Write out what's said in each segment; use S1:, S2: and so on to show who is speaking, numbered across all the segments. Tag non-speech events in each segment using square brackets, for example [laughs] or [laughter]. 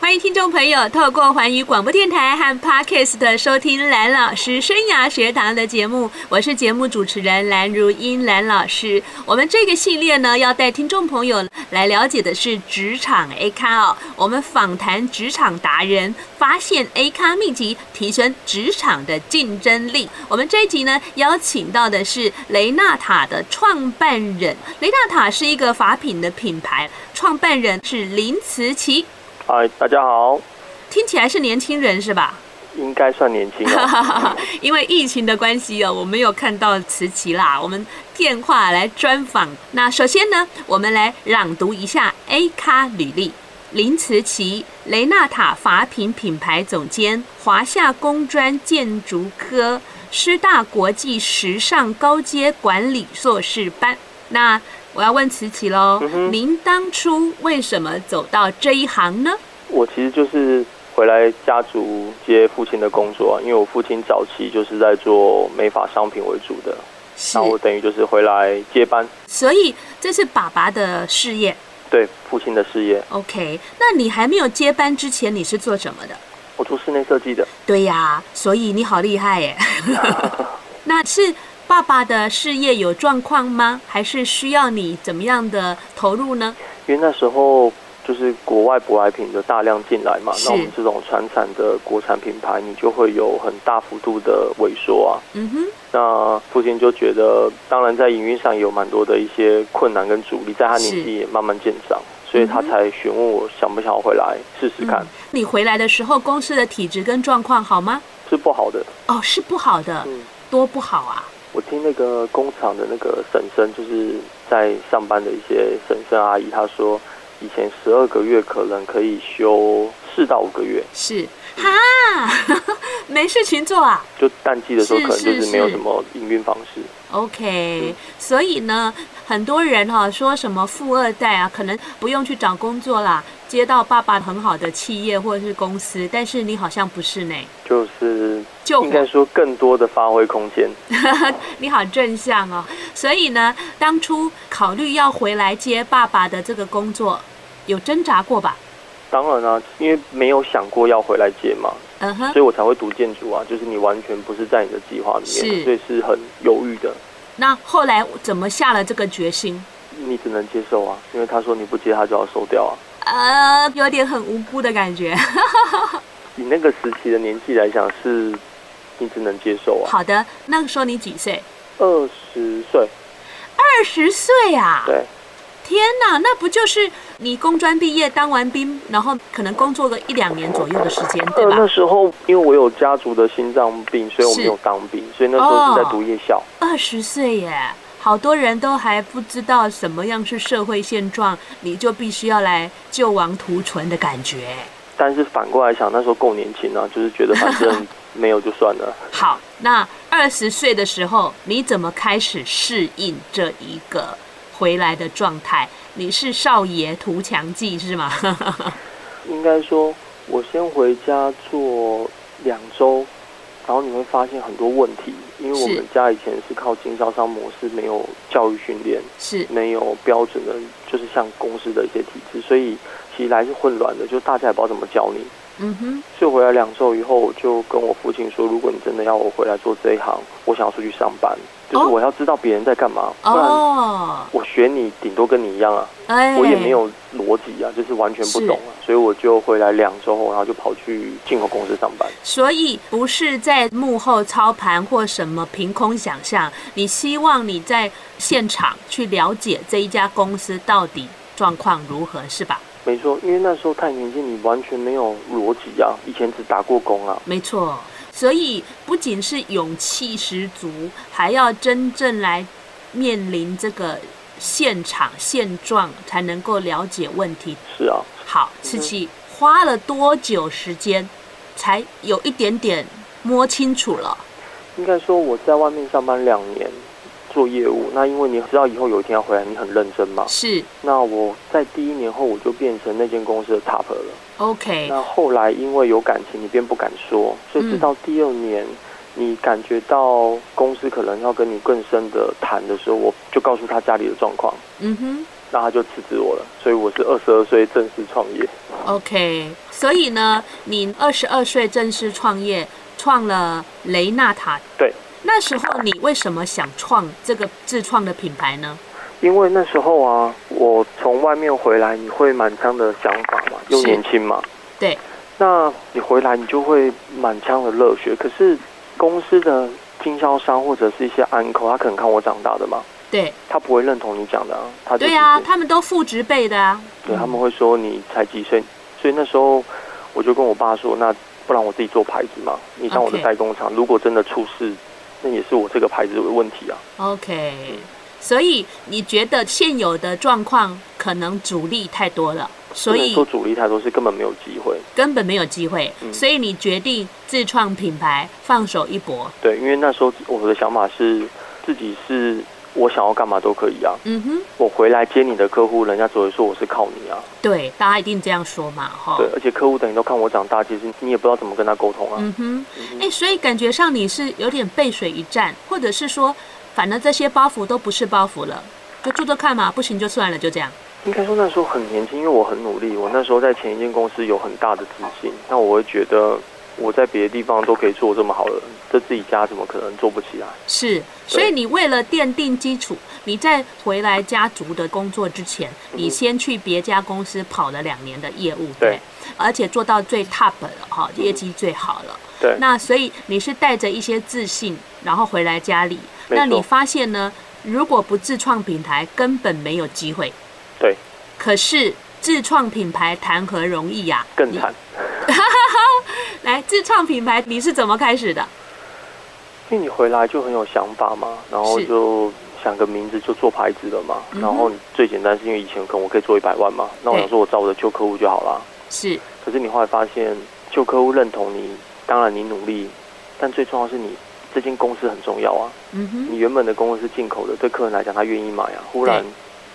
S1: 欢迎听众朋友透过环宇广播电台和 Podcast 收听蓝老师生涯学堂的节目，我是节目主持人蓝如英蓝老师。我们这个系列呢，要带听众朋友来了解的是职场 A 咖哦。我们访谈职场达人，发现 A 咖秘籍，提升职场的竞争力。我们这一集呢，邀请到的是雷纳塔的创办人，雷纳塔是一个法品的品牌，创办人是林慈琪。
S2: 嗨，啊大家好，
S1: 听起来是年轻人是吧？ [laughs]
S2: 应该算年轻哦了。
S1: 因为疫情的关系哦，我没有看到慈琪啦。我们电话来专访。那首先呢，我们来朗读一下 A 咖履历：林慈琪，雷纳塔法品品牌总监，华夏工专建筑科，师大国际时尚高阶管理硕士班。那我要问慈琪喽，
S2: 嗯哼
S1: 您当初为什么走到这一行呢？
S2: 我其实就是回来家族接父亲的工作、啊，因为我父亲早期就是在做美发商品为主的，
S1: 是
S2: 那我等于就是回来接班，
S1: 所以这是爸爸的事业。
S2: 对父亲的事业。
S1: OK，那你还没有接班之前，你是做什么的？
S2: 我做室内设计的，
S1: 对呀、所以你好厉害耶！ [laughs] 那是爸爸的事业有状况吗？还是需要你怎么样的投入呢？
S2: 因为那时候就是国外舶来品的大量进来嘛，
S1: 是
S2: 那我们这种传产的国产品牌，你就会有很大幅度的萎缩啊。
S1: 嗯哼，
S2: 那父亲就觉得，当然在营运上也有蛮多的一些困难跟阻力，在他年纪也慢慢渐长，所以他才询问我想不想回来试试看，
S1: 嗯你回来的时候，公司的体质跟状况好吗？
S2: 是不好的。
S1: 哦，是不好的，
S2: 嗯，
S1: 多不好啊！
S2: 我听那个工厂的那个婶婶，就是在上班的一些婶婶阿姨，她说，以前十二个月可能可以休四到五个月，
S1: 是哈， [laughs] 没事情做啊。
S2: 就淡季的时候
S1: 是
S2: 可能就是
S1: 是
S2: 没有什么营运方式。
S1: OK，、所以呢，很多人哈、说什么富二代啊，可能不用去找工作啦，接到爸爸很好的企业或者是公司，但是你好像不是呢，
S2: 就是
S1: 救
S2: 应该
S1: 火，
S2: 说更多的发挥空间，
S1: 你好正向哦。所以呢，当初考虑要回来接爸爸的这个工作，有挣扎过吧？
S2: 当然啊，因为没有想过要回来接嘛，
S1: 嗯哼，
S2: 所以我才会读建筑啊，就是你完全不是在你的计划里
S1: 是
S2: 面，所以是很犹豫的。
S1: 那后来怎么下了这个决心？
S2: 你只能接受啊，因为他说你不接他就要收掉啊。
S1: 呃，有点很无辜的感觉。 [laughs]
S2: 以那个时期的年纪来讲，是你只能接受啊。
S1: 好的，那个时候你几岁？
S2: 二十岁，
S1: 二十岁啊。
S2: 对，
S1: 天哪，那不就是你工专毕业当完兵，然后可能工作个一两年左右的时间，对
S2: 呃，那
S1: 吧？
S2: 时候因为我有家族的心脏病，所以我
S1: 是
S2: 没有当兵，所以那时候是
S1: 哦
S2: 在读夜校。
S1: 二十岁耶，好多人都还不知道什么样是社会现状，你就必须要来救亡图存的感觉。
S2: 但是反过来想，那时候够年轻啊，就是觉得
S1: [laughs]
S2: 反正没有就算了。
S1: 好，那二十岁的时候，你怎么开始适应这一个回来的状态？你是少爷图强记是吗？ [laughs]
S2: 应该说，我先回家做两周，然后你会发现很多问题，因为我
S1: 是
S2: 们家以前是靠经销商模式，没有教育训练，
S1: 是，
S2: 没有标准的，就是像公司的一些体制，所以其实来是混乱的，就大家也不知道怎么教你。
S1: 嗯哼，
S2: 所以回来两周以后，我就跟我父亲说，如果你真的要我回来做这一行，我想要出去上班，就是
S1: 哦
S2: 我要知道别人在干嘛，不然
S1: 哦，
S2: 我学你顶多跟你一样啊。
S1: 哎，
S2: 我也没有逻辑啊，就是完全不懂啊，所以我就回来两周后，然后就跑去进口公司上班。
S1: 所以不是在幕后操盘或什么凭空想象，你希望你在现场去了解这一家公司到底状况如何，是吧？
S2: 没错，因为那时候太年轻，你完全没有逻辑啊，以前只打过工啊。
S1: 没错，所以不仅是勇气十足，还要真正来面临这个现场现状，才能够了解问题。
S2: 是啊，
S1: 好，慈琪花了多久时间，才有一点点摸清楚了？
S2: 应该说我在外面上班两年，做业务。那因为你知道以后有一天要回来，你很认真嘛。
S1: 是
S2: 那我在第一年后，我就变成那间公司的 top 了。
S1: OK，
S2: 那后来因为有感情，你便不敢说，所以直到第二年，你感觉到公司可能要跟你更深的谈的时候，我就告诉他家里的状况，
S1: 嗯哼。
S2: 那他就辞职我了。所以我是二十二岁正式创业。
S1: OK，所以呢，你二十二岁正式创业，创了雷纳塔。
S2: 对，
S1: 那时候你为什么想创这个自创的品牌呢？
S2: 因为那时候啊，我从外面回来，你会满腔的想法嘛，又
S1: 是
S2: 年轻嘛，
S1: 对，
S2: 那你回来你就会满腔的热血。可是公司的经销商或者是一些安口，他可能看我长大的嘛，
S1: 对，
S2: 他不会认同你讲的啊，他就
S1: 对
S2: 直
S1: 啊，
S2: 接
S1: 他们都父职辈的啊。
S2: 对，他们会说你才几岁，所以那时候我就跟我爸说，那不然我自己做牌子嘛，你当我的
S1: OK
S2: 代工厂如果真的出事，那也是我这个牌子的问题啊。
S1: OK，所以你觉得现有的状况可能阻力太多了，所
S2: 不能
S1: 以
S2: 说主力太多是根本没有机会，
S1: 根本没有机会，
S2: 嗯
S1: 所以你决定自创品牌，放手一搏。
S2: 对，因为那时候我的想法是自己是我想要干嘛都可以啊，
S1: 嗯哼，
S2: 我回来接你的客户，人家只会说我是靠你啊，
S1: 对，大家一定这样说嘛，哈
S2: 对。，而且客户等于都看我长大，其实你也不知道怎么跟他沟通啊。
S1: 嗯哼，哎、所以感觉上你是有点背水一战，或者是说，反正这些包袱都不是包袱了，就做做看嘛，不行就算了，就这样。
S2: 应该说那时候很年轻，因为我很努力。我那时候在前一间公司有很大的自信，那我会觉得我在别的地方都可以做这么好了，这自己家怎么可能做不起来？
S1: 是，所以你为了奠定基础，你在回来家族的工作之前，你先去别家公司跑了两年的业务，
S2: 嗯对，嗯
S1: 而且做到最 top 了哈，业绩最好了。
S2: 对，
S1: 那所以你是带着一些自信，然后回来家里，
S2: 没错
S1: 那你发现呢？如果不自创品牌，根本没有机会。
S2: 对，
S1: 可是自创品牌谈何容易呀、
S2: 更惨。
S1: 嗯你来，自创品牌你是怎么开始的？
S2: 因为你回来就很有想法嘛，然后
S1: 是
S2: 就想个名字就做牌子了嘛。
S1: 嗯哼
S2: 然后你最简单是因为以前可能我可以做一百万嘛，那我
S1: 对
S2: 想说我找我的旧客户就好啦。
S1: 是
S2: 可是你后来发现旧客户认同你，当然你努力，但最重要是你这间公司很重要啊。
S1: 嗯哼，
S2: 你原本的公司是进口的，对客人来讲他愿意买啊。忽然
S1: 对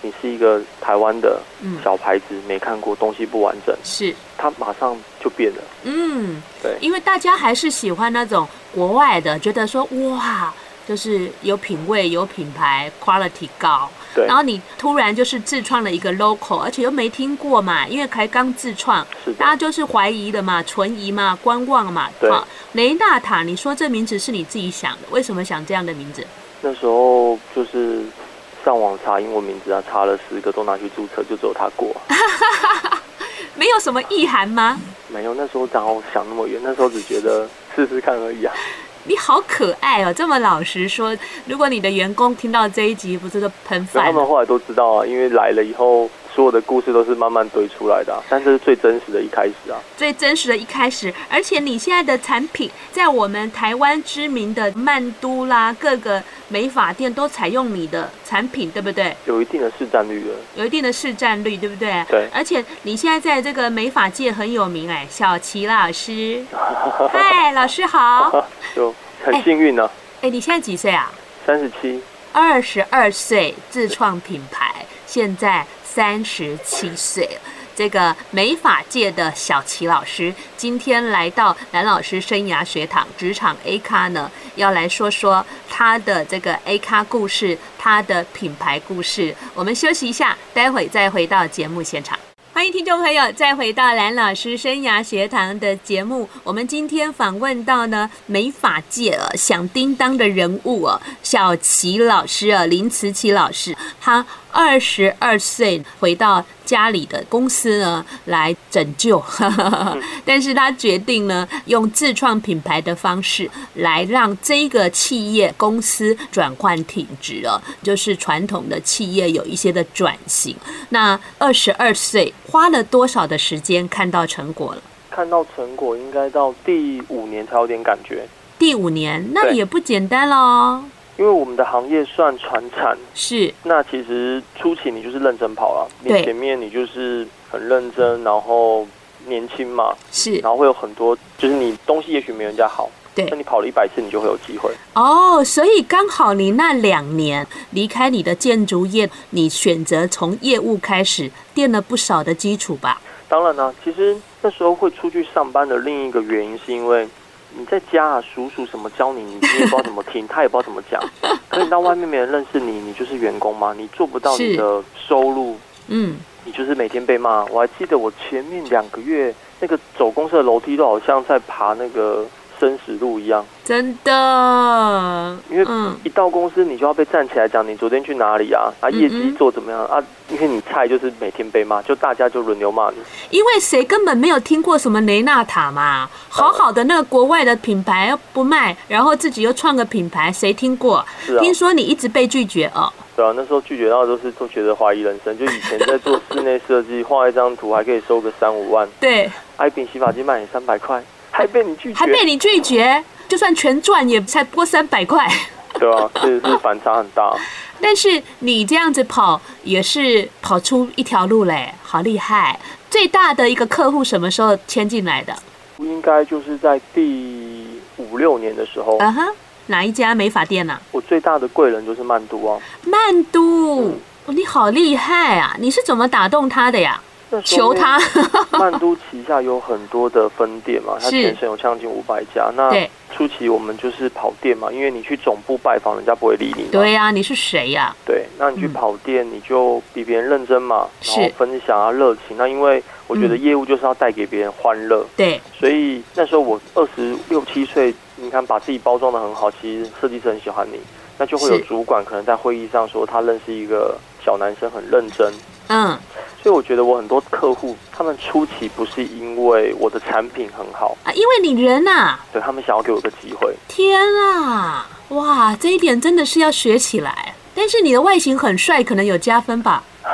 S2: 你是一个台湾的
S1: 嗯，
S2: 小牌子，没看过东西不完整，
S1: 是，
S2: 它马上就变了。
S1: 嗯，
S2: 对
S1: 因为大家还是喜欢那种国外的，觉得说哇，就是有品味、有品牌，quality 高。
S2: 对
S1: 然，后你突然就是自创了一个 local，而且又没听过嘛，因为才刚自创，
S2: 是
S1: 大家
S2: 的，
S1: 就是怀疑的嘛、存疑嘛、观望嘛。
S2: 对
S1: 好，雷纳塔，你说这名字是你自己想的，为什么想这样的名字？
S2: 那时候就是上网查英文名字啊，查了十个都拿去注册，就只有他过
S1: [laughs]
S2: 啊。
S1: 没有什么意涵吗？
S2: 没有，那时候哪有想那么远？那时候只觉得试试看而已
S1: [laughs]
S2: 啊。
S1: 你好可爱哦，这么老实说。如果你的员工听到这一集，不是都喷
S2: 然后
S1: 饭
S2: 他们
S1: 了？
S2: 后来都知道啊，因为来了以后，所有的故事都是慢慢堆出来的、
S1: [laughs]
S2: 啊，但这是最真实的一开始啊。
S1: 最真实的一开始，而且你现在的产品在我们台湾知名的曼都啦，各个美发店都采用你的产品，对不对？
S2: 有一定的市占率了，
S1: 有一定的市占率，对不对？
S2: 对
S1: 而且你现在在这个美发界很有名哎，小齐老师，嗨，老师好。
S2: 啊就很幸运呢、啊。
S1: 哎，你现在几岁啊？
S2: 三十七，
S1: 二十二岁自创品牌，现在三十七岁。这个美发界的小齐老师今天来到蓝老师生涯学堂职场 A 咖呢，要来说说他的这个 A 咖故事，他的品牌故事。我们休息一下，待会再回到节目现场。欢迎听众朋友再回到蓝老师生涯学堂的节目。我们今天访问到呢美发界呃响叮当的人物哦，小齐老师啊，林慈琪老师，他二十二岁回到家里的公司呢来拯救，但是他决定呢用自创品牌的方式来让这个企业公司转换体质哦，就是传统的企业有一些的转型。那二十二岁花了多少的时间看到成果了？
S2: 看到成果应该到第五年才有点感觉，
S1: 第五年，那
S2: 对
S1: 也不简单喽。
S2: 因为我们的行业算传产，
S1: 是，
S2: 那其实初期你就是认真跑了，你
S1: 对
S2: 前面你就是很认真，然后年轻嘛，
S1: 是
S2: 然后会有很多，就是你东西也许没人家好，
S1: 对
S2: 那你跑了一百次，你就会有机会。
S1: 哦，所以刚好你那两年离开你的建筑业，你选择从业务开始，垫了不少的基础吧？
S2: 当然呢、其实那时候会出去上班的另一个原因，是因为你在家啊，叔叔什么教你，你你也不知道怎么
S1: [laughs]
S2: 听，他也不知道怎么讲。可你到外面没人认识你，你就是员工嘛，你做不到
S1: 是
S2: 你的收入，
S1: 嗯，
S2: 你就是每天被骂。我还记得我前面两个月那个走公司的楼梯，都好像在爬那个生死路一样，
S1: 真的，
S2: 因为
S1: 嗯
S2: 一到公司你就要被站起来讲你昨天去哪里啊，啊
S1: 嗯
S2: 业绩做怎么样啊，因为你菜就是每天被骂，就大家就轮流骂你。
S1: 因为谁根本没有听过什么雷纳塔嘛，好好的那个国外的品牌不卖，然后自己又创个品牌，谁听过？
S2: 是啊，
S1: 听说你一直被拒绝哦，
S2: 对啊，那时候拒绝到都是都觉得怀疑人生。就以前在做室内设计，画一张图还可以收个三五万，啊
S1: 对，
S2: 一瓶洗发精卖你三百块，还被你拒绝，
S1: 还
S2: [laughs]
S1: 被你拒绝，就算全赚也才不过三百块。 [laughs]
S2: 对啊，这是反差很大。
S1: 但是你这样子跑也是跑出一条路嘞，好厉害！最大的一个客户什么时候签进来的？
S2: 应该就是在第五六年的时 [laughs] 候，
S1: 啊哈，哪一家美发店呢、啊？
S2: 我最大的贵人就是曼都啊。
S1: 曼都，你好厉害啊！你是怎么打动他的呀？
S2: 那时
S1: 求
S2: 候
S1: 他，
S2: [laughs] 曼都旗下有很多的分店嘛，
S1: 是
S2: 它全省有将近五百家。那
S1: 对
S2: 初期我们就是跑店嘛，因为你去总部拜访，人家不会理你嘛。
S1: 对呀、你是谁呀、
S2: 对，那你去
S1: 嗯
S2: 跑店，你就比别人认真嘛，然后
S1: 是
S2: 分享啊热情。那因为我觉得
S1: 嗯
S2: 业务就是要带给别人欢乐，
S1: 对，
S2: 所以那时候我二十六七岁，你看把自己包装的很好，其实设计师很喜欢你，那就会有
S1: 是
S2: 主管可能在会议上说他认识一个小男生很认真，
S1: 嗯，
S2: 所以我觉得我很多客户他们初期不是因为我的产品很好，
S1: 啊，因为你人啊，
S2: 对他们想要给我一个机会，
S1: 天啊，哇，这一点真的是要学起来。但是你的外形很帅，可能有加分吧？ [laughs]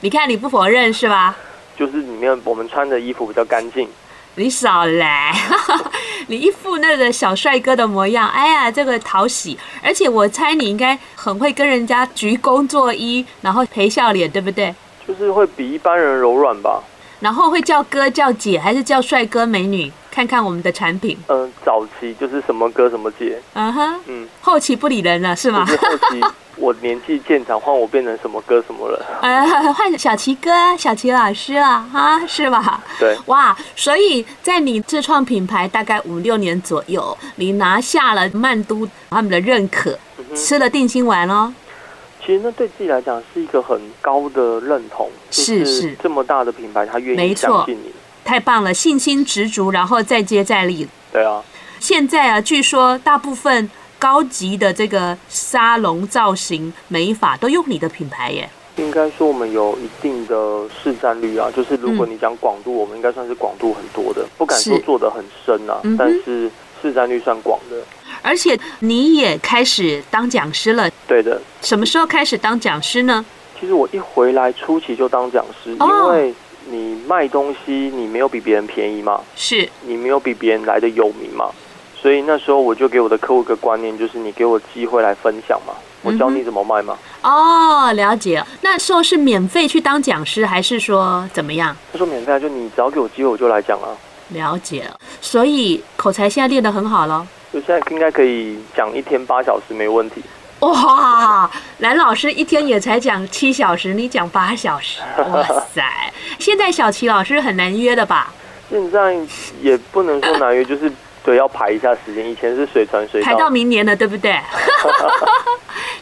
S1: 你看你不否认是吧？
S2: 就是里面我们穿的衣服比较干净。
S1: 你少来， [laughs] 你一副那个小帅哥的模样，哎呀，这个讨喜。而且我猜你应该很会跟人家鞠躬作揖，然后陪笑脸，对不对？
S2: 就是会比一般人柔软吧，
S1: 然后会叫哥叫姐，还是叫帅哥美女？看看我们的产品，
S2: 嗯、早期就是什么哥什么姐，
S1: 嗯哼，
S2: 嗯，
S1: 后期不理人了是吗
S2: 就？是后期我年纪渐长，换我变成什么歌什
S1: [laughs]
S2: 么了。
S1: 呃，换小齐哥、小齐老师了哈，是吧？
S2: 对，
S1: 哇，所以在你自创品牌大概五六年左右，你拿下了曼都他们的认可，
S2: 嗯哼
S1: 吃了定心丸哦。
S2: 其实那对自己来讲是一个很高的认同，就是
S1: 是
S2: 这么大的品牌，他愿
S1: 没
S2: 意
S1: 错
S2: 相信你。
S1: 太棒了，信心十足，然后再接再厉。
S2: 对啊，
S1: 现在啊，据说大部分高级的这个沙龙造型美发都用你的品牌耶。
S2: 应该说我们有一定的市占率啊，就是如果
S1: 嗯
S2: 你讲广度，我们应该算是广度很多的，不敢说
S1: 是
S2: 做的很深啊，
S1: 嗯哼
S2: 但是市占率算广的。
S1: 而且你也开始当讲师了，
S2: 对的，
S1: 什么时候开始当讲师呢？
S2: 其实我一回来初期就当讲师，
S1: 哦
S2: 因为你卖东西你没有比别人便宜嘛，
S1: 是
S2: 你没有比别人来的有名嘛，所以那时候我就给我的客户一个观念，就是你给我机会来分享嘛，
S1: 嗯
S2: 我教你怎么卖嘛。
S1: 哦，了解。那时候是免费去当讲师，还是说怎么样？
S2: 他说免费啊，就你只要给我机会，我就来讲啊。
S1: 了解了。所以口才现在练得很好咯。
S2: 就现在应该可以讲一天八小时没问题。
S1: 哇，蓝老师一天也才讲七小时，你讲八小时，哇塞！现在小齐老师很难约的吧？
S2: 现在也不能说难约，就是对要排一下时间。以前是随传随
S1: 排到明年了，对不对？ [laughs]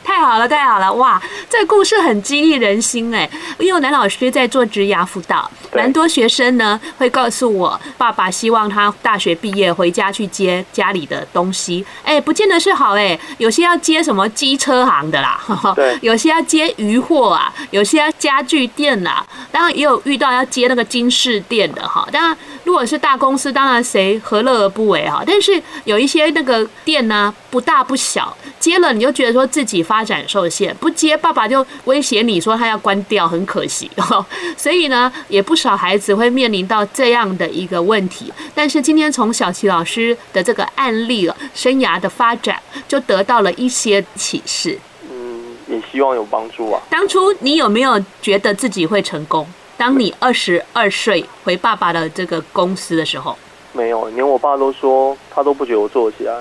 S1: 太好了，太好了！哇，这个故事很激励人心哎。因为蓝老师在做职涯辅导，
S2: 对
S1: 蛮多学生呢会告诉我，爸爸希望他大学毕业回家去接家里的东西，哎，不见得是好哎，有些要接什么机车行的啦，
S2: 对
S1: 有些要接鱼货啊，有些要家具店啦、当然也有遇到要接那个金饰店的哈。当然，如果是大公司，当然谁何乐而不为哈。但是有一些那个店呢、不大不小，接了你就觉得说自己发展受限，不接爸爸就威胁你说他要关掉，很可惜 [laughs] 哦。所以呢，也不少孩子会面临到这样的一个问题。但是今天从小齐老师的这个案例、哦、生涯的发展，就得到了一些启示。
S2: 嗯，也希望有帮助啊。
S1: 当初你有没有觉得自己会成功？当你二十二岁回爸爸的这个公司的时候，
S2: 没有，连我爸都说他都不觉得我做得起来。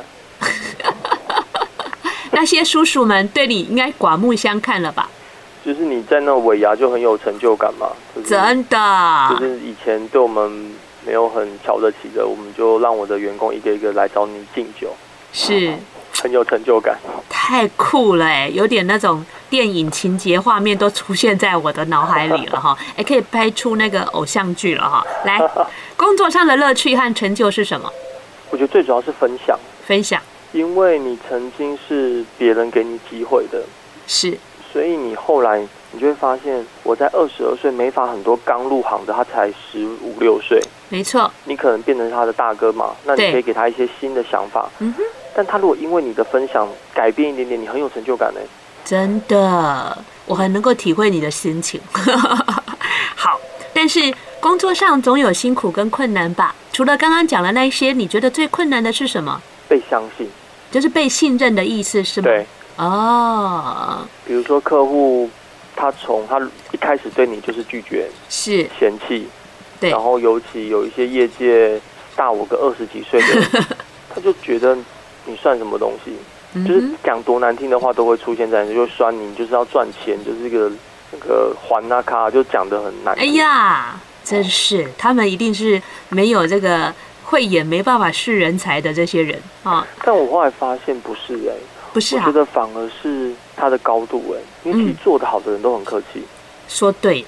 S1: 那些叔叔们对你应该刮目相看了吧？
S2: 就是你在那尾牙就很有成就感嘛，就是
S1: 真
S2: 就
S1: 的，啊
S2: 是以前对我们没有很瞧得起的，我们就让我的员工一个一个来找你敬酒，
S1: 是
S2: 很有成就感。
S1: 太酷了哎，有点那种电影情节画面都出现在我的脑海里了哈，哎，可以拍出那个偶像剧了哈。来，工作上的乐趣和成就是什么？
S2: 我觉得最主要是分享，
S1: 分享
S2: 因为你曾经是别人给你机会的，
S1: 是
S2: 所以你后来你就会发现，我在二十二岁，没法很多刚入行的，他才十五六岁，
S1: 没错，
S2: 你可能变成他的大哥嘛，那
S1: 对
S2: 你可以给他一些新的想法。
S1: 嗯哼，
S2: 但他如果因为你的分享改变一点点，你很有成就感呢、
S1: 真的，我很能够体会你的心情。 [laughs] 好，但是工作上总有辛苦跟困难吧？除了刚刚讲的那一些，你觉得最困难的是什么？
S2: 被相信。
S1: 就是被信任的意思是吗？
S2: 对，
S1: 哦，
S2: 比如说客户他从他一开始对你就是拒绝、
S1: 是
S2: 嫌弃，
S1: 对
S2: 然后尤其有一些业界大我个二十几岁的人，
S1: [laughs]
S2: 他就觉得你算什么东西？
S1: 嗯
S2: 就是
S1: 哼，
S2: 讲多难听的话都会出现在，就酸你，你就是要赚钱，就是一个那个还那卡，就讲的很难。
S1: 哎，呀，真是，他们一定是没有这个慧眼，没办法识人才的这些人啊、
S2: 但我后来发现不是哎、
S1: 不是
S2: 我
S1: 啊
S2: 觉，得反而是他的高度哎、因为其实
S1: 嗯
S2: 做得好的人都很客气。
S1: 说对了，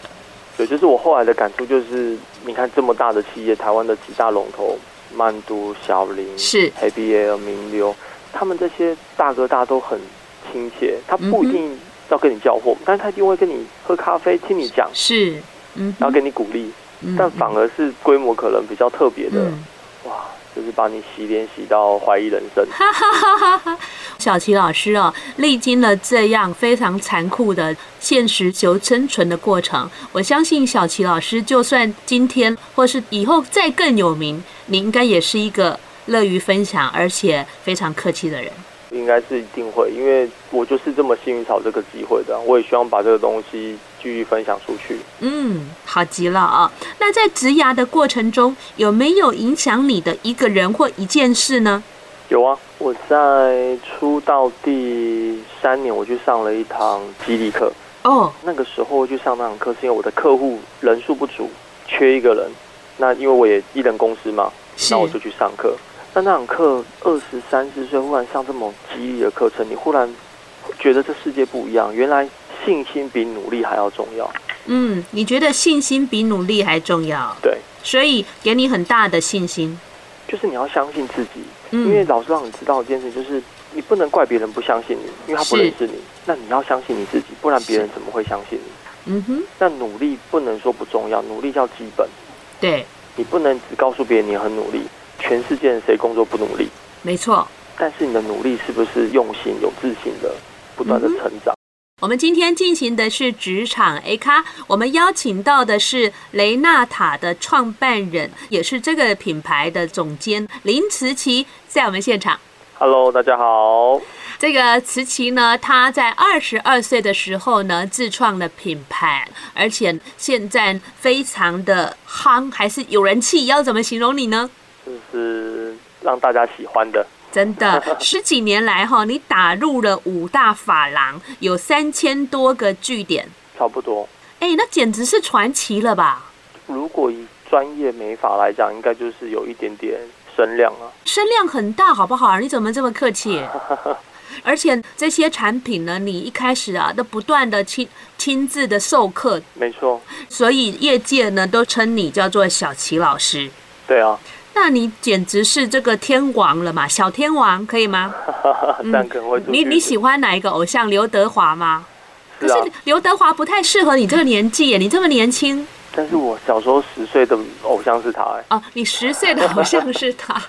S2: 对，就是我后来的感触就是，你看这么大的企业，台湾的几大龙头，曼都、小林、
S1: 是
S2: Happy Air、名流，他们这些大哥大都很亲切，他
S1: 嗯
S2: 不一定要跟你交货，但他一定会跟你喝咖啡，听你讲，
S1: 是，嗯
S2: 然后
S1: 哼，
S2: 给你鼓励。
S1: 嗯
S2: 但反而是规模可能比较特别的，
S1: 嗯，
S2: 哇，就是把你洗脸洗到怀疑人生。
S1: [laughs] 小齐老师哦，历经了这样非常残酷的现实求生存的过程，我相信小齐老师就算今天或是以后再更有名，你应该也是一个乐于分享而且非常客气的人。
S2: 应该是一定会，因为我就是这么幸运才有这个机会的，啊我也希望把这个东西继续分享出去。
S1: 嗯，好极了啊！那在植牙的过程中，有没有影响你的一个人或一件事呢？
S2: 有啊，我在出道第三年，我去上了一堂激励课。
S1: 哦，
S2: 那个时候去上那堂课，是因为我的客户人数不足，缺一个人。那因为我也一人公司嘛，
S1: 是
S2: 那我就去上课。那那堂课，二十三十岁忽然上这么激励的课程，你忽然觉得这世界不一样。原来信心比努力还要重要。
S1: 嗯，你觉得信心比努力还重要，
S2: 对，
S1: 所以给你很大的信心。
S2: 就是你要相信自己，
S1: 嗯
S2: 因为老师让你知道一件事，就是你不能怪别人不相信你，因为他不
S1: 是
S2: 认识你。那你要相信你自己，不然别人怎么会相信你？
S1: 嗯哼，
S2: 那努力不能说不重要，努力叫基本。
S1: 对，
S2: 你不能只告诉别人你很努力，全世界人谁工作不努力？
S1: 没错。
S2: 但是你的努力是不是用心、有自信的，不断的
S1: 嗯
S2: 成长？
S1: 我们今天进行的是职场 A 咖，我们邀请到的是雷纳塔的创办人，也是这个品牌的总监林慈琪，在我们现场。
S2: Hello，大家好。
S1: 这个慈琪呢，她在二十二岁的时候呢，自创了品牌，而且现在非常的夯，还是有人气，要怎么形容你呢？
S2: 就是让大家喜欢的。
S1: 真的，十几年来哈，你打入了五大法郎，有三千多个据点，
S2: 差不多。
S1: 哎，那简直是传奇了吧？
S2: 如果以专业美发来讲，应该就是有一点点声量啊。
S1: 声量很大，好不好？你怎么这么客气？
S2: [laughs]
S1: 而且这些产品呢，你一开始啊，都不断的亲亲自的授课，
S2: 没错，
S1: 所以业界呢都称你叫做小齐老师。
S2: 对啊， [laughs]
S1: 那你简直是这个天王了嘛，小天王可以
S2: [laughs]
S1: 吗？
S2: 这样可能会出去、
S1: 嗯你你喜欢哪一个偶像？刘德华吗？可
S2: 是啊
S1: 是刘德华不太适合你这个年纪耶，你这么年轻
S2: 但是我小时候十岁的偶像是他、哎，
S1: 哦，你十岁的偶像是他。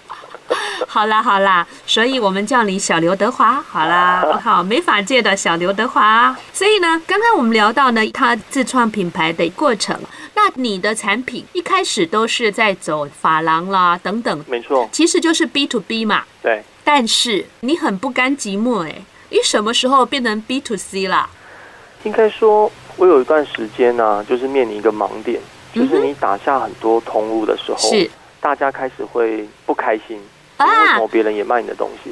S1: 好啦好啦，所以我们叫你小刘德华，好啦，好美发界的小刘德华。所以呢，刚刚我们聊到呢，他自创品牌的过程。那你的产品一开始都是在走发廊啦等等，
S2: 没错，
S1: 其实就是 B to B 嘛。
S2: 对。
S1: 但是你很不甘寂寞诶，你什么时候变成 B to C 啦？
S2: 应该说，我有一段时间呢、就是面临一个盲点，就是你打下很多通路的时候，
S1: 嗯是
S2: 大家开始会不开心，因
S1: 啊
S2: 为为什么别人也卖你的东
S1: [laughs]
S2: 西？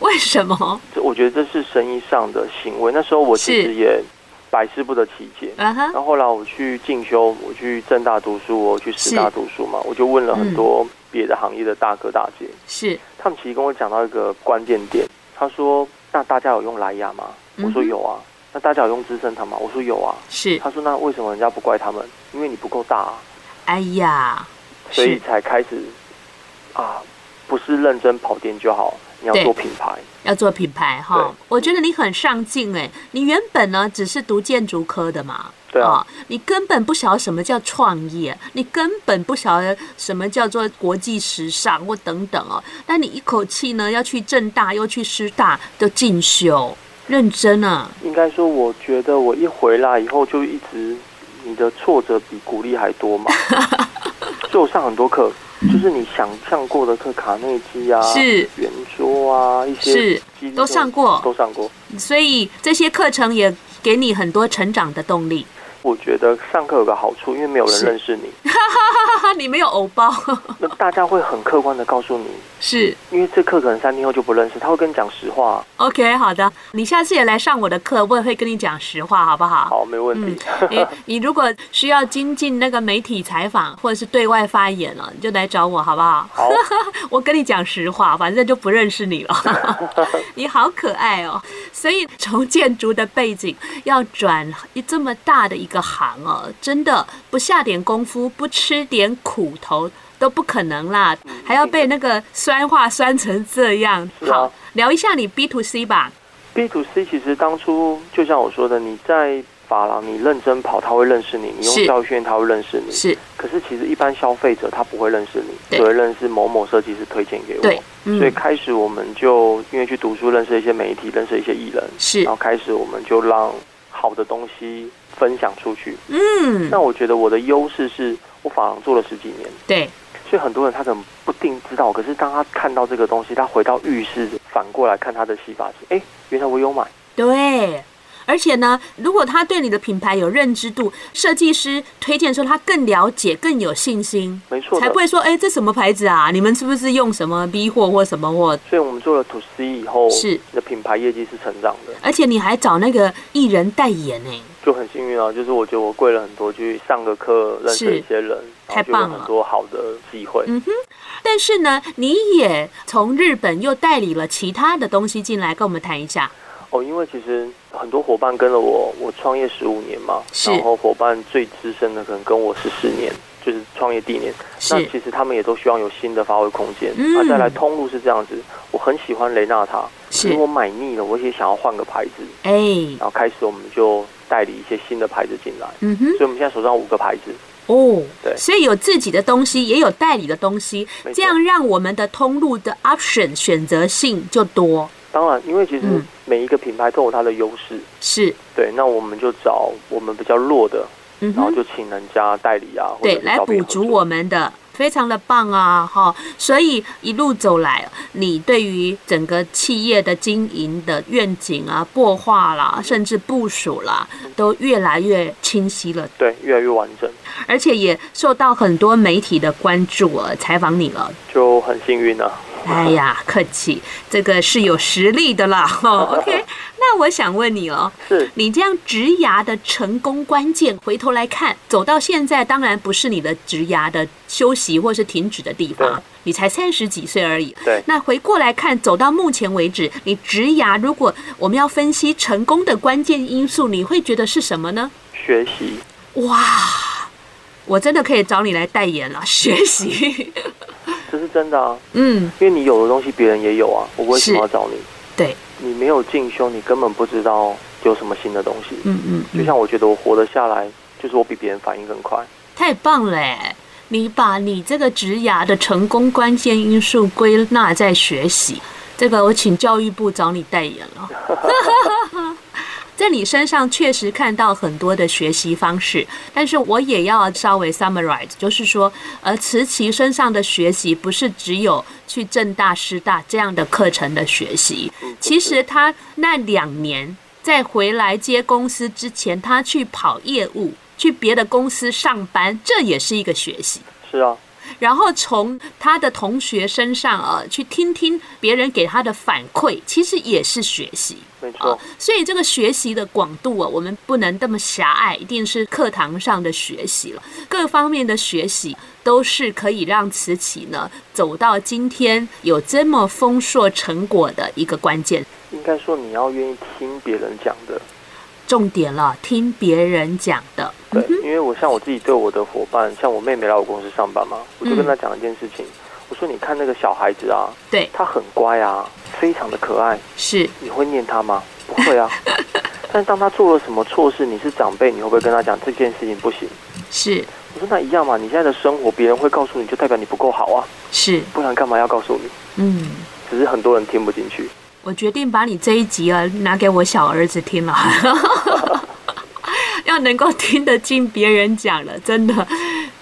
S1: 为什么？
S2: 这我觉得这是生意上的行为。那时候我
S1: 是
S2: 其实也百思不得其解。
S1: 嗯哼，
S2: 那后来我去进修，我去正大读书，我去师大
S1: 是
S2: 读书嘛，我就问了很多别的行业的大哥大姐，
S1: 是，
S2: 他们其实跟我讲到一个关键点，他说：“那大家有用蓝牙吗？”我说：“
S1: 嗯哼
S2: 有啊。那大家有用资生堂吗？我说：“有啊。”
S1: 是，
S2: 他说：“那为什么人家不怪他们？因为你不够大、啊，
S1: 哎呀，
S2: 所以
S1: 是
S2: 才开始啊，不是认真跑店就好，你要
S1: 对
S2: 做品牌。
S1: 要做品牌哈
S2: 对。
S1: 我觉得你很上进哎，你原本呢只是读建筑科的嘛，
S2: 对啊
S1: 哦你根本不晓得什么叫创业，你根本不晓得什么叫做国际时尚或等等哦。但你一口气呢要去正大又去师大的进修，认真啊，
S2: 应该说，我觉得我一回来以后就一直，你的挫折比鼓励还多
S1: [laughs]
S2: 嘛。就我上很多课，就是你想象过的课，卡内基啊，
S1: 是
S2: 圆桌啊，一些
S1: 是
S2: 激励
S1: 都上过
S2: 都上过。
S1: 所以这些课程也给你很多成长的动力。 [laughs]
S2: 我觉得上课有个好处，因为没有人
S1: 是
S2: 认识你，
S1: 哈哈，你没有偶包， [laughs]
S2: 那大家会很客观的告诉你，
S1: 是。
S2: 因为这课可能三天后就不认识，他会跟你讲实话。
S1: OK，好的，你下次也来上我的课，我也会跟你讲实话，好不好？
S2: 好，没问题。
S1: 你你如果需要精进那个媒体采访或者是对外发言了，你就来找我好不好？
S2: [laughs] 好，
S1: 我跟你讲实话，反正就不认识你了。 [laughs] 你好可爱哦！所以从建筑的背景要转一这么大的一个行哦，真的不下点功夫，不吃点苦头都不可能啦，还要被那个酸话酸成这样。
S2: 是啊
S1: 好，聊一下你 B to C 吧。
S2: B to C 其实当初就像我说的，你在法郎你认真跑，他会认识你；你
S1: 是
S2: 用教育训练，他会认识你。
S1: 是
S2: 可是其实一般消费者他不会认识你，
S1: 对
S2: 只会认识某某设计师推荐给我。
S1: 对，
S2: 所以
S1: 嗯，
S2: 开始我们就因为去读书，认识一些媒体，认识一些艺人，
S1: 是
S2: 然后，开始我们就让好的东西分享出去。
S1: 嗯，
S2: 那我觉得我的优势是我法郎做了十几年，
S1: 对，
S2: 所以很多人他可能不定知道，可是当他看到这个东西，他回到浴室反过来看他的洗发精，哎，原来我有买。
S1: 对，而且呢，如果他对你的品牌有认知度，设计师推荐说他更了解、更有信心，
S2: 没错的
S1: 才不会说，哎，这什么牌子啊？你们是不是用什么 B 货或什么货？
S2: 所以我们做了 To C 以后，
S1: 是
S2: 你的品牌业绩是成长的，
S1: 而且你还找那个艺人代言呢、
S2: 就很幸运啊。就是我觉得我贵了很多，去上个课认识
S1: 是
S2: 一些人，然
S1: 太
S2: 后就有
S1: 棒了
S2: 很多好的机会。
S1: 嗯但是呢，你也从日本又代理了其他的东西进来，跟我们谈一下。
S2: 哦，因为其实很多伙伴跟了我，我创业十五年嘛，
S1: 是
S2: 然后伙伴最资深的可能跟我十四年，就是创业第一年。那
S1: 是
S2: 其实他们也都希望有新的发挥空间。
S1: 嗯
S2: 那、再来通路是这样子，我很喜欢雷纳塔，
S1: 是
S2: 可我买腻了，我也想要换个牌子，
S1: 哎，
S2: 然后开始我们就代理一些新的牌子进来。
S1: 嗯哼，
S2: 所以我们现在手上有五个牌子，
S1: 哦，
S2: 对
S1: 所以有自己的东西，也有代理的东西
S2: 没，错
S1: 这样让我们的通路的 option 选择性就多。
S2: 当然，因为其实
S1: 嗯
S2: 每一个品牌都有它的优势，
S1: 是，
S2: 对，那我们就找我们比较弱的，
S1: 嗯
S2: 然后
S1: 哼，
S2: 就请人家代理啊，或
S1: 对，
S2: 者是
S1: 来
S2: 找别
S1: 补
S2: 人合
S1: 足
S2: 作
S1: 我们的，非常的棒啊，哈。所以一路走来，你对于整个企业的经营的愿景啊、擘画啦，甚至部署啦，都越来越清晰了，
S2: 对，越来越完整，
S1: 而且也受到很多媒体的关注啊，采访你了。
S2: 就很幸运啊。
S1: 哎呀，客气，这个是有实力的啦。哦、OK，那我想问你哦，
S2: 是
S1: 你这样植牙的成功关键，回头来看，走到现在，当然不是你的植牙的休息或是停止的地方
S2: 对，
S1: 你才三十几岁而已。
S2: 对
S1: 那回过来看，走到目前为止，你植牙，如果我们要分析成功的关键因素，你会觉得是什么呢？
S2: 学习，
S1: 哇，我真的可以找你来代言了，学习。
S2: 这是真的啊，
S1: 嗯，
S2: 因为你有的东西别人也有啊，我为什么
S1: 是
S2: 要找你？
S1: 对，
S2: 你没有进修，你根本不知道有什么新的东西。
S1: 嗯嗯嗯
S2: 就。像我觉得我活得下来，就是我比别人反应更快。
S1: 太棒了欸！你把你这个职涯的成功关键因素归纳在学习，这个我请教育部找你代言了。 [laughs] 在你身上确实看到很多的学习方式，但是我也要稍微 summarize，就是说，呃，慈琪身上的学习不是只有去正大、师大这样的课程的学习，
S2: 嗯
S1: 其实他那两年在回来接公司之前，他去跑业务，去别的公司上班，这也是一个学习。
S2: 是啊，
S1: 然后从他的同学身上啊、呃去听听别人给他的反馈，其实也是学习。
S2: 没
S1: 啊、
S2: 错，
S1: 所以这个学习的广度啊，我们不能这么狭隘，一定是课堂上的学习了，各方面的学习都是可以让慈禧呢走到今天有这么丰硕成果的一个关键
S2: 应该说你要愿意听别人讲的，
S1: 重点了，听别人讲的，
S2: 对，因为我像我自己对我的伙伴，像我妹妹来我公司上班嘛，我就
S1: 嗯
S2: 跟她讲一件事情，我说你看那个小孩子啊，
S1: 对，
S2: 他很乖啊，非常的可爱，
S1: 是
S2: 你会念他吗？不
S1: [laughs]
S2: 会啊。但是当他做了什么错事，你是长辈，你会不会跟他讲这件事情不行？
S1: 是
S2: 我说那一样嘛，你现在的生活别人会告诉你，就代表你不够好啊，
S1: 是，
S2: 不然干嘛要告诉你？
S1: 嗯。
S2: 只是很多人听不进去。
S1: 我决定把你这一集啊拿给我小儿子听了， [laughs] 要能够听得进别人讲了，真的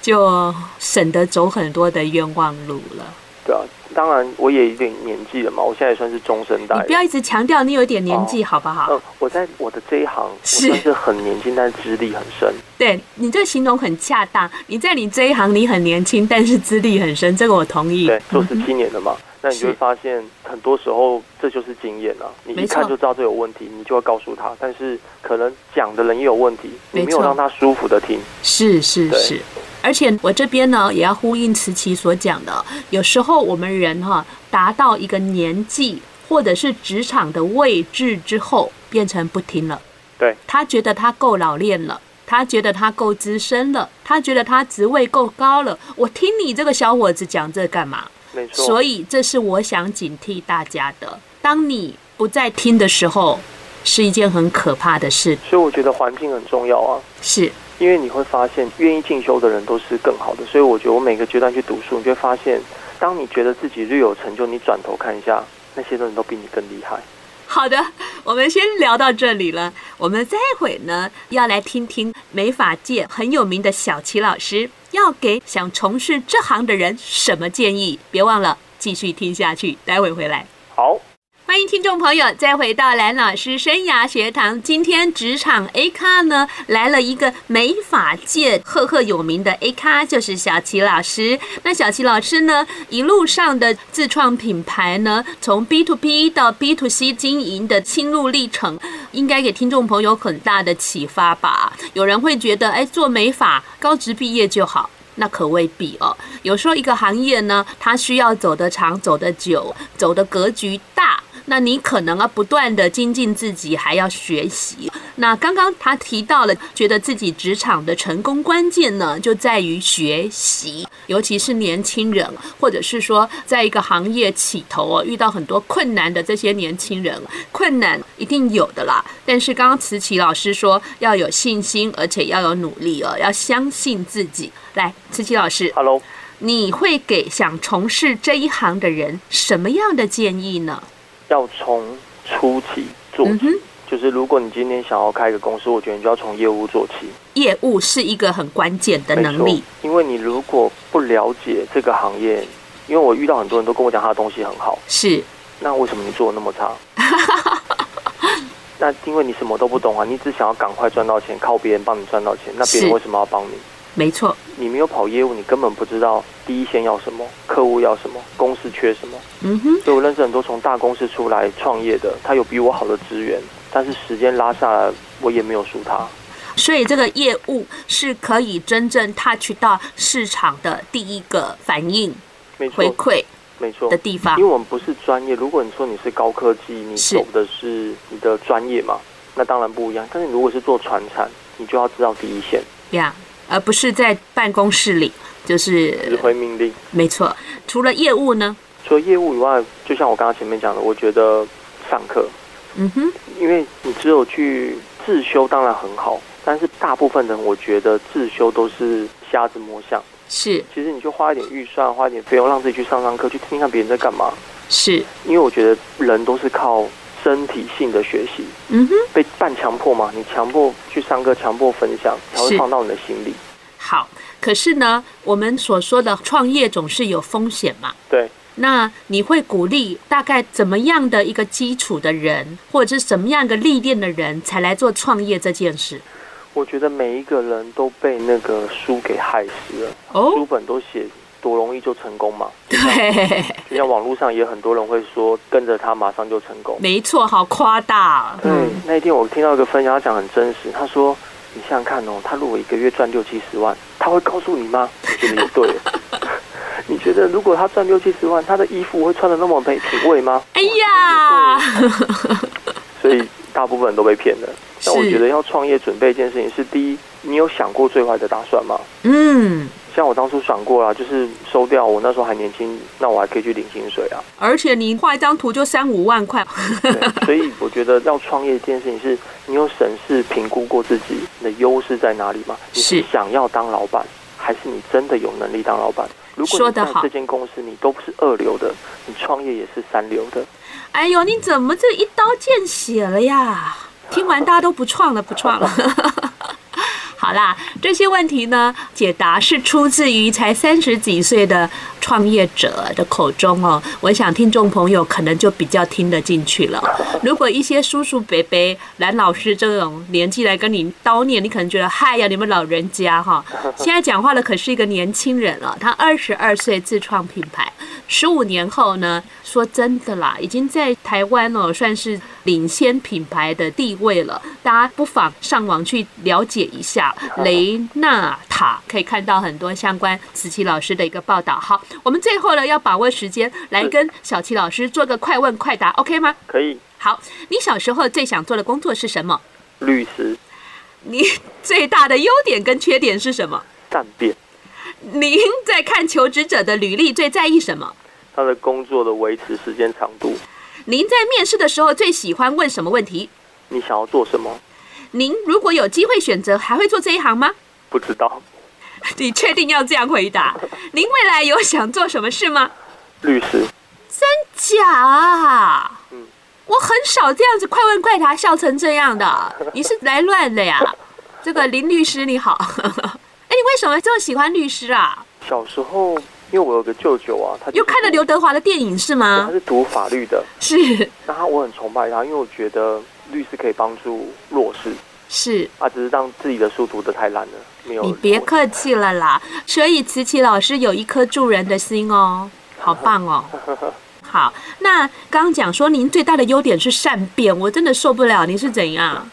S1: 就省得走很多的冤枉路了。
S2: 对啊，当然我也有点年纪了嘛，我现在也算是中生代
S1: 你不
S2: 了。
S1: 要一直强调你有点年纪，好不好？
S2: 嗯，我在我的这一行，我
S1: 是
S2: 算是很年轻，但是资历很深。
S1: 对你这个形容很恰当。你在你这一行你很年轻，但是资历很深，这个我同意。
S2: 对，做十七年了嘛，那你
S1: 嗯是
S2: 就会发现，很多时候这就是经验啊。你
S1: 没
S2: 一
S1: 错
S2: 看就知道这有问题，你就会告诉他，但是可能讲的人也有问题，你
S1: 没
S2: 没有
S1: 错
S2: 让他舒服的听。
S1: 是是
S2: 对
S1: 是，而且我这边呢也要呼应慈琪所讲的，有时候我们人哈、达到一个年纪或者是职场的位置之后，变成不听了。
S2: 对，
S1: 他觉得他够老练了。他觉得他够资深了，他觉得他职位够高了。我听你这个小伙子讲这干嘛？
S2: 没错。
S1: 所以这是我想警惕大家的。当你不再听的时候，是一件很可怕的事。
S2: 所以我觉得环境很重要啊，
S1: 是
S2: 因为你会发现愿意进修的人都是更好的。所以我觉得我每个阶段去读书，你就会发现，当你觉得自己略有成就，你转头看一下，那些人都比你更厉害。
S1: [laughs] 好的，我们先聊到这里了。我们待会呢要来听听美发界很有名的小齐老师要给想从事这行的人什么建议。别忘了继续听下去，待会回来。
S2: 好，
S1: 欢迎听众朋友再回到蓝老师生涯学堂。今天职场 A 咖呢来了一个美发界赫赫有名的 A 咖，就是小齐老师。那小齐老师呢，一路上的自创品牌呢，从 B to B 到 B to C 经营的心路历程，应该给听众朋友很大的启发吧。有人会觉得，哎，做美发高职毕业就好。那可未必哦。有时候一个行业呢，它需要走得长、走得久、走的格局大。那你可能啊，不断的精进自己，还要学习。那刚刚他提到了，觉得自己职场的成功关键呢，就在于学习，尤其是年轻人，或者是说在一个行业起头哦，遇到很多困难的这些年轻人，困难一定有的啦。但是刚刚慈琪老师说要有信心，而且要有努力哦，要相信自己。来，慈琪老师，
S2: ，Hello，
S1: 你会给想从事这一行的人什么样的建议呢？
S2: 要从初期做
S1: 嗯
S2: 起，
S1: 哼，
S2: 就是如果你今天想要开一个公司，我觉得你就要从业务做起。
S1: 业务是一个很关键的
S2: 没
S1: 能力，
S2: 错，因为你如果不了解这个行业，因为我遇到很多人都跟我讲他的东西很好，
S1: 是
S2: 那为什么你做的那么
S1: [laughs]
S2: 差？那因为你什么都不懂啊，你只想要赶快赚到钱，靠别人帮你赚到钱，那别人
S1: 是
S2: 为什么要帮你？
S1: 没错，
S2: 你没有跑业务，你根本不知道第一线要什么，客户要什么，公司缺什么。
S1: 嗯哼，
S2: 所以我认识很多从大公司出来创业的，他有比我好的资源，但是时间拉下来，我也没有输他。
S1: 所以这个业务是可以真正 touch 到市场的第一个反应
S2: 没错
S1: 回，馈
S2: 没错
S1: 的。地方
S2: 因为，我们不是专业，如果你说你是高科技，你
S1: 是
S2: 走的是你的专业嘛，那当然不一样。但是你如果是做传产，你就要知道第一线
S1: 呀，而不是在办公室里，就
S2: 指
S1: 是
S2: 挥命令。
S1: 没错。除了业务呢，
S2: 除了业务以外，就像我刚刚前面讲的，我觉得上课，
S1: 嗯哼，
S2: 因为你只有去自修，当然很好，但是大部分人我觉得自修都是瞎子摸象。
S1: 是
S2: 其实你就花一点预算，花一点费用，让自己去上上课，去听听看别人在干嘛。
S1: 是，
S2: 因为我觉得人都是靠身体性的学习，
S1: 嗯哼，
S2: 被半强迫嘛，你强迫去上课，强迫分享，才
S1: 是
S2: 会放到你的心里。
S1: 好。可是呢，我们所说的创业总是有风险嘛，
S2: 对，
S1: 那你会鼓励大概怎么样的一个基础的人，或者是什么样一个历练的人，才来做创业这件事？
S2: 我觉得每一个人都被那个书给害死了，
S1: 哦
S2: 书本都写。多容易就成功嘛。
S1: 对，
S2: 就像网络上也很多人会说，跟着他马上就成功。
S1: 没错，好夸大。
S2: 对，那一天我听到一个分享，他讲很真实，他说。你想想看哦，他如果一个月赚六七十万，他会告诉你吗？我觉得也对 [laughs] 耶。你觉得如果他赚六七十万，他的衣服会穿的那么没品味吗？
S1: 哎呀，
S2: 所以大部分人都被骗了。但我
S1: 是
S2: 觉得要创业准备一件事情是：第一，你有想过最坏的打算吗？
S1: 嗯，
S2: 像我当初想过啦，啊就是收掉我那时候还年轻，那我还可以去领薪水啊。
S1: 而且你画一张图就三五万块， [laughs]
S2: 对，所以我觉得要创业这件事情是，你有审视评估过自己你的优势在哪里吗？你是
S1: 是
S2: 想要当老板，还是你真的有能力当老板？如果
S1: 说
S2: 你
S1: 得
S2: 在
S1: 好
S2: 这间公司你都不是二流的，你创业也是三流的，
S1: 哎呦，你怎么这一刀见血了呀？听完大家都不创了，不创了。 [laughs] 好啦，这些问题呢，解答是出自于才三十几岁的创业者的口中哦。我想听众朋友可能就比较听得进去了。如果一些叔叔伯伯、蓝老师这种年纪来跟你叨念，你可能觉得嗨呀，你们老人家哈。现在讲话的可是一个年轻人了，他二十二岁自创品牌，十五年后呢，说真的啦，已经在台湾哦算是领先品牌的地位了。大家不妨上网去了解一下雷纳塔，可以看到很多相关子琪老师的一个报道。好，我们最后呢要把握时间来
S2: 是
S1: 跟小琪老师做个快问快答，OK 吗？
S2: 可以
S1: 好，你小时候最想做的工作是什么？
S2: 律师
S1: 你最大的优点跟缺点是什么？
S2: 善变，
S1: 您在看求职者的履历最在意什么？
S2: 他的工作的维持时间长度，
S1: 您在面试的时候最喜欢问什么问题？
S2: 你想要做什么？
S1: 您如果有机会选择，还会做这一行吗？ [laughs]
S2: 不知道，
S1: 你确定要这样回答？您未来有想做什么事吗？
S2: 律师
S1: 假啊！
S2: 嗯
S1: 我很少这样子快问快答笑成这样的，你是来乱的呀？这个林律师你好， [laughs] 哎，你为什么这么喜欢律师啊？
S2: 小时候，因为我有个舅舅啊，他就是
S1: 又看了刘德华的电影是
S2: 对他
S1: 吗？
S2: 是读法律的，
S1: 是
S2: 那他我很崇拜他，因为我觉得律师可以帮助弱势。
S1: 是，
S2: 啊，只是让自己的书读得太烂了，没有。
S1: 你别客气了啦。所以慈琪老师有一颗助人的心哦，好棒
S2: [laughs]
S1: 哦。好，那刚刚讲说您最大的优点是善变，我真的受不了。您是怎样？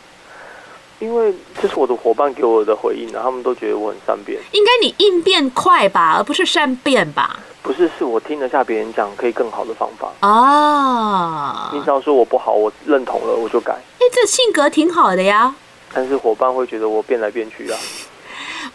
S2: 因为这是我的伙伴给我的回应啊，他们都觉得我很善变。
S1: 应该你应变快吧，而不是善变吧？
S2: 不是，是我听得下别人讲可以更好的方法。
S1: 哦，
S2: 你只要说我不好，我认同了，我就改。
S1: 哎，这性格挺好的呀。
S2: 但是伙伴会觉得我变来变去啊，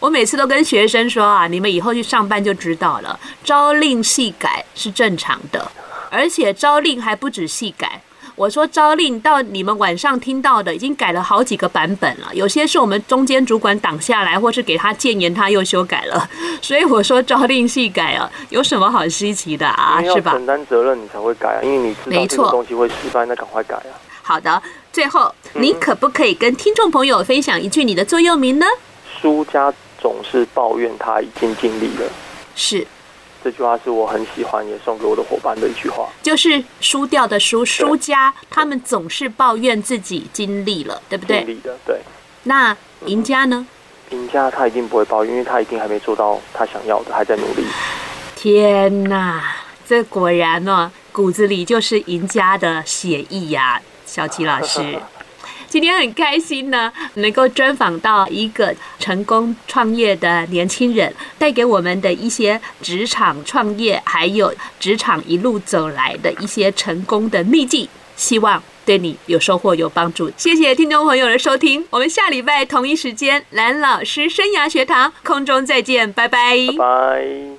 S1: 我每次都跟学生说啊，你们以后去上班就知道了，朝令夕改是正常的，而且朝令还不止夕改。我说朝令到你们晚上听到的，已经改了好几个版本了，有些是我们中间主管挡下来，或是给他建言，他又修改了。 [laughs] 所以我说朝令夕改啊，有什么好稀奇的啊，
S2: 因为
S1: 是
S2: 要
S1: 吧？
S2: 承担责任你才会改啊，因为你知道
S1: 没
S2: 这
S1: 错
S2: 个东西会失败，那赶快改啊。
S1: 好的，最后你可不可以跟听众朋友分享一句你的座右铭呢？
S2: 输家总是抱怨他已经尽力了，
S1: 是，
S2: 这句话是我很喜欢，也送给我的伙伴的一句话。
S1: 就是输掉的输，输家他们总是抱怨自己经历了，对不
S2: 尽
S1: 对？
S2: 力的，对。
S1: 那赢家呢？
S2: 赢家他一定不会抱怨，因为他一定还没做到他想要的，还在努力。
S1: 天哪，这果然呢、骨子里就是赢家的写意呀、小齐老师。今天很开心呢，能够专访到一个成功创业的年轻人，带给我们的一些职场创业，还有职场一路走来的一些成功的秘籍，希望对你有收获、有帮助。谢谢听众朋友的收听，我们下礼拜同一时间，蓝老师生涯学堂空中再见，拜拜
S2: 拜。